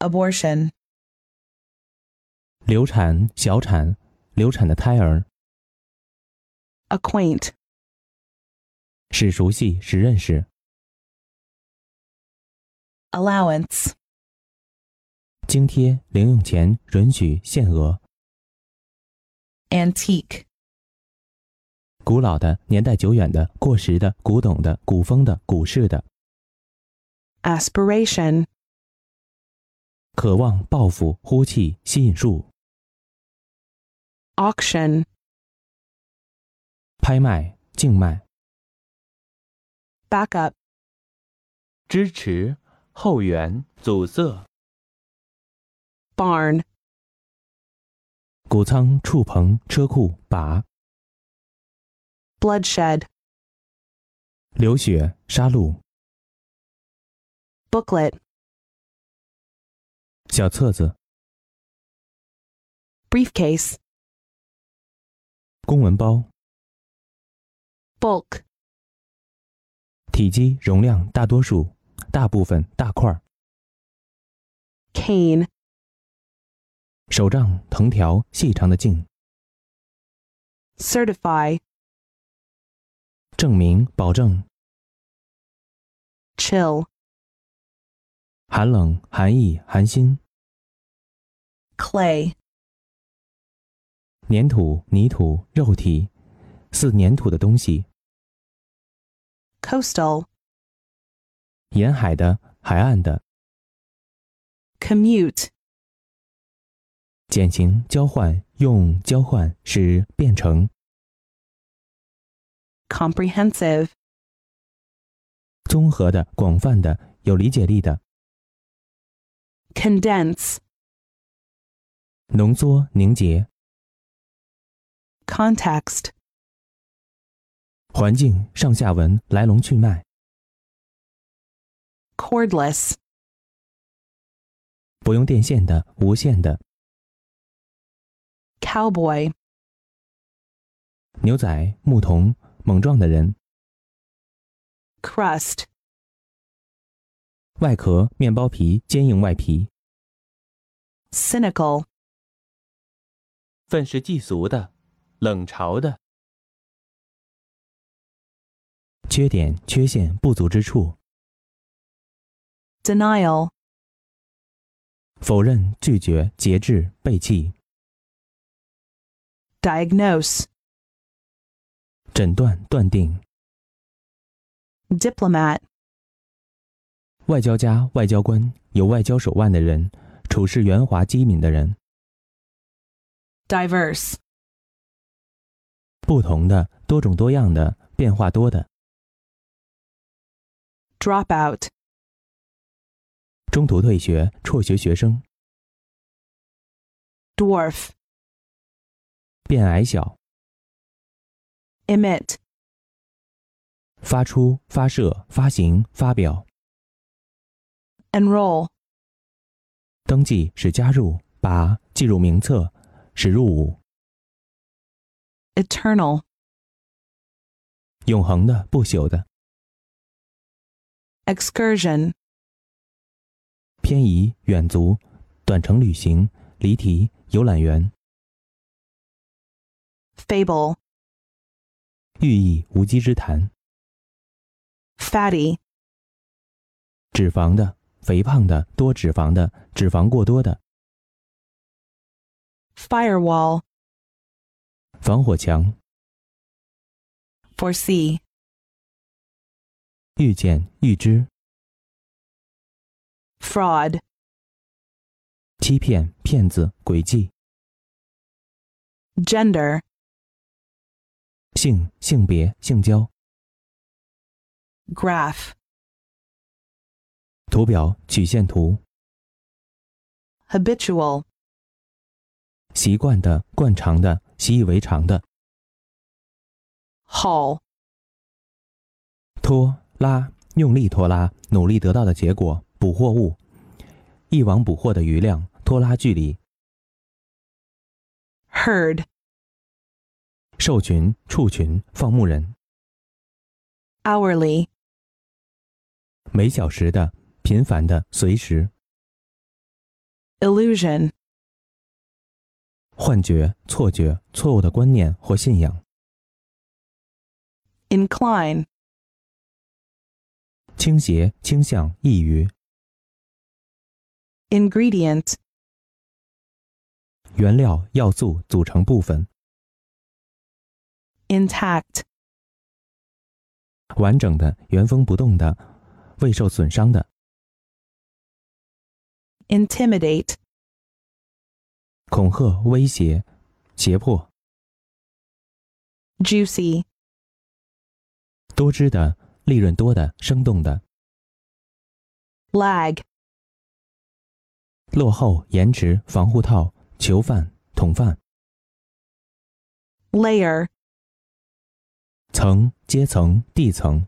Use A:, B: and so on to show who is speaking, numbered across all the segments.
A: abortion,
B: 流产、小产、流产的胎儿
A: acquaint,
B: 使熟悉、使认识。
A: allowance,
B: 津贴、零用钱、允许、限额。
A: antique,
B: 古老的、年代久远的、过时的、古董的、古风的、古式的。
A: aspiration,
B: 渴望、报复、呼气、吸引术、
A: auction,
B: 拍卖、竞卖。
A: backup,
C: 支持、后援、阻塞、
A: barn,
B: 谷仓、畜棚、车库、靶、
A: bloodshed,
B: 流血、杀戮、
A: booklet,
B: 小册子、
A: briefcase,
B: 公文包、
A: bulk,
B: 体积、容量、大多数、大部分、大块儿、
A: cane,
B: 手杖、藤条、细长的茎、
A: certify,
B: 证明、保证、
A: chill,
B: 寒冷、寒意、寒心、
A: clay,
B: 粘土、泥土、肉体，似粘土的东西，
A: coastal,
B: 沿海的、海岸的、
A: commute,
B: 减刑、交换、用、交换、使、变成。
A: comprehensive,
B: 综合的、广泛的、有理解力的、
A: condense,
B: 浓缩、凝结、
A: context,
B: 环境、上下文、来龙去脉、
A: cordless,
B: 不用电线的、无线的、
A: cowboy,
B: 牛仔、牧童、猛撞的人、
A: crust,
B: 外壳、面包皮、坚硬外皮、
A: cynical,
C: 愤世嫉俗的、冷嘲的、
B: 缺点、缺陷、不足之处、
A: denial,
B: 否认、拒绝、节制、背弃、
A: diagnose,
B: 诊断、断定、
A: diplomat,
B: 外交家、外交官、有外交手腕的人、处事圆滑机敏的人、
A: diverse,
B: 不同的、多种多样的、变化多的、
A: dropout,
B: 中途退学、辍学学生、
A: dwarf,
B: 变矮小、
A: emit,
B: 发出、发射、发行、发表、
A: enroll,
B: 登记使加入、把记入名册、使入伍、
A: eternal,
B: 永恒的、不朽的、
A: excursion,
B: 偏移、远足、短程旅行、离题、游览园、
A: fable,
B: 寓意无稽之谈、
A: fatty,
B: 脂肪的、肥胖的、多脂肪的、脂肪过多的、
A: firewall,
B: 防火墙、
A: foresee,
B: 预见、预知、
A: fraud,
B: 欺骗、骗子、诡计、
A: gender,
B: 性、性别、性交、
A: graph,
B: 图表、曲线图、
A: habitual,
B: 习惯的、惯常的、习以为常的、
A: haul,
B: 拖拉、用力拖拉、努力得到的结果、捕获物、一网捕获的余量、拖拉距离、
A: herd,
B: 兽群、畜群、放牧人、
A: hourly,
B: 每小时的、频繁的、随时、
A: illusion,
B: 幻觉、错觉、错误的观念或信仰。
A: incline,
B: 倾斜、倾向、易于。
A: ingredient,
B: 原料、要素、组成部分。
A: intact,
B: 完整的、原封不动的、未受损伤的。
A: intimidate,
B: 恐吓、威胁、胁迫。
A: juicy,
B: 多汁的、利润多的、生动的。
A: lag,
B: 落后、延迟、防护套、囚犯、统犯、
A: layer,
B: 层、阶层、地层。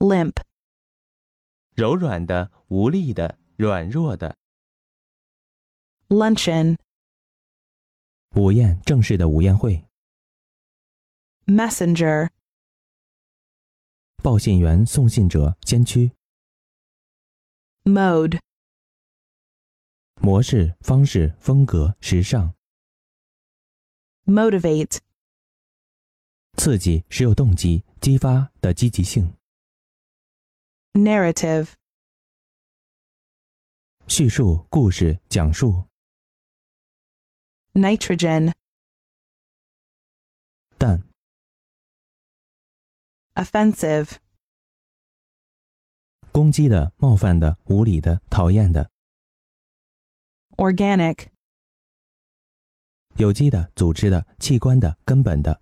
A: limp,
C: 柔软的、无力的、软弱的。
A: luncheon,
B: 午宴，正式的午宴会。
A: messenger,
B: 报信员、送信者、先驱。
A: mode,
B: 模式、方式、风格、时尚。
A: motivate,
B: 刺激，使有动机，激发的积极性。
A: narrative,
B: 叙述、故事、讲述。
A: nitrogen,
B: 但
A: offensive,
B: 攻击的、冒犯的、无理的、讨厌的。
A: organic,
B: 有机的、组织的、器官的、根本的、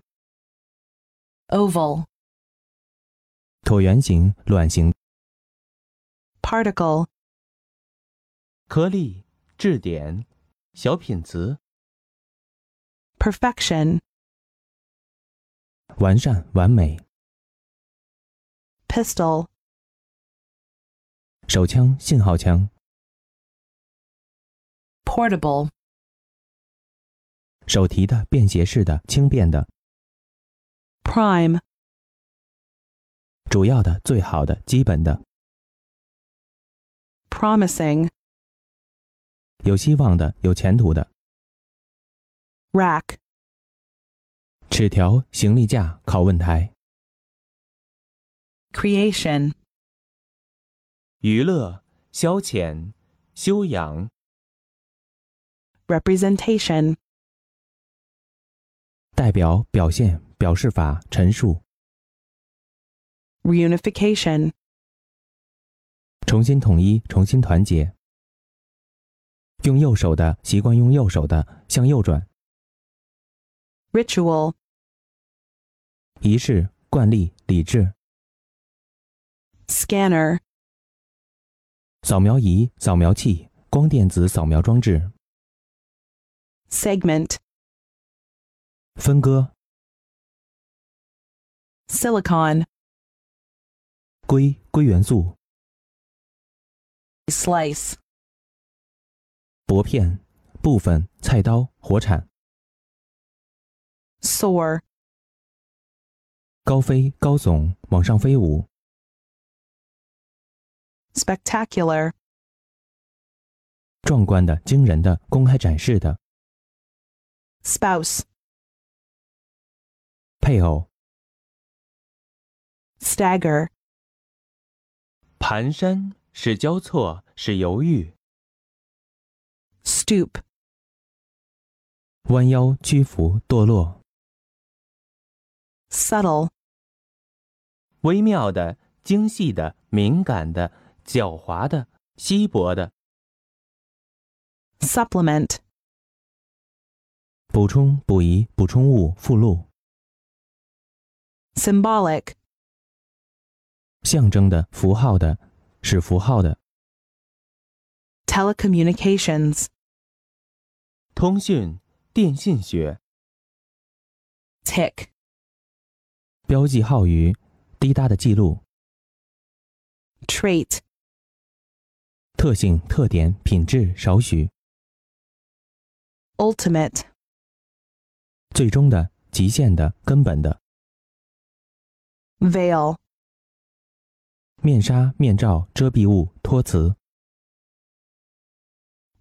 A: oval,
B: 椭圆形、卵形、
A: particle,
C: 颗粒、质点、小品词、
A: perfection,
B: 完善、完美、
A: pistol,
B: 手枪、信号枪、
A: portable,
B: 手提的、便携式的、轻便的、
A: prime,
B: 主要的、最好的、基本的、
A: promising,
B: 有希望的、有前途的、
A: rack,
B: 纸条、行李架、拷问台、
A: creation,
C: 娱乐、消遣、修养、
A: representation,
B: 代表、表现、表示法、陈述、
A: reunification,
B: 重新统一、重新团结。用右手的习惯用右手的向右转，
A: ritual,
B: 仪式、惯例、理智。
A: scanner,
B: 扫描仪、扫描器、光电子扫描装置、
A: segment,
B: 分割、
A: silicon,
B: 硅、硅元素、
A: slice,
B: 薄片、部分、菜刀、火铲、
A: soar,
B: 高飞、高耸、往上飞舞、
A: spectacular,
B: 壮观的、惊人的、公开展示的、
A: spouse,
B: 配偶、
A: stagger,
C: 蹒跚是交错，是犹豫、
A: stoop,
B: 弯腰、屈服、堕落、
A: subtle,
C: 微妙的、精细的、敏感的、狡猾的、稀薄的、
A: supplement,
B: 补充、补遗、补充物、附录、
A: symbolic,
B: 象征的、符号的、使符号的、
A: telecommunications,
C: 通讯、电信学、
A: tick,
B: 标记号语、滴答的记录、
A: trait,
B: 特性、特点、品质、少许、
A: ultimate,
B: 最终的、极限的、根本的。
A: veil,
B: 面纱、面罩、遮蔽物、托词、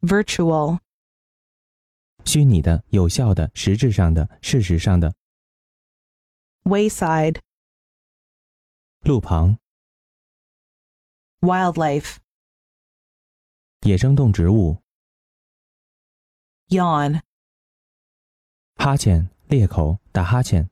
A: virtual,
B: 虚拟的、有效的、实质上的、事实上的、
A: wayside,
B: 路旁、
A: wildlife,
B: 野生动植物、
A: yawn,
B: 哈欠、裂口、打哈欠、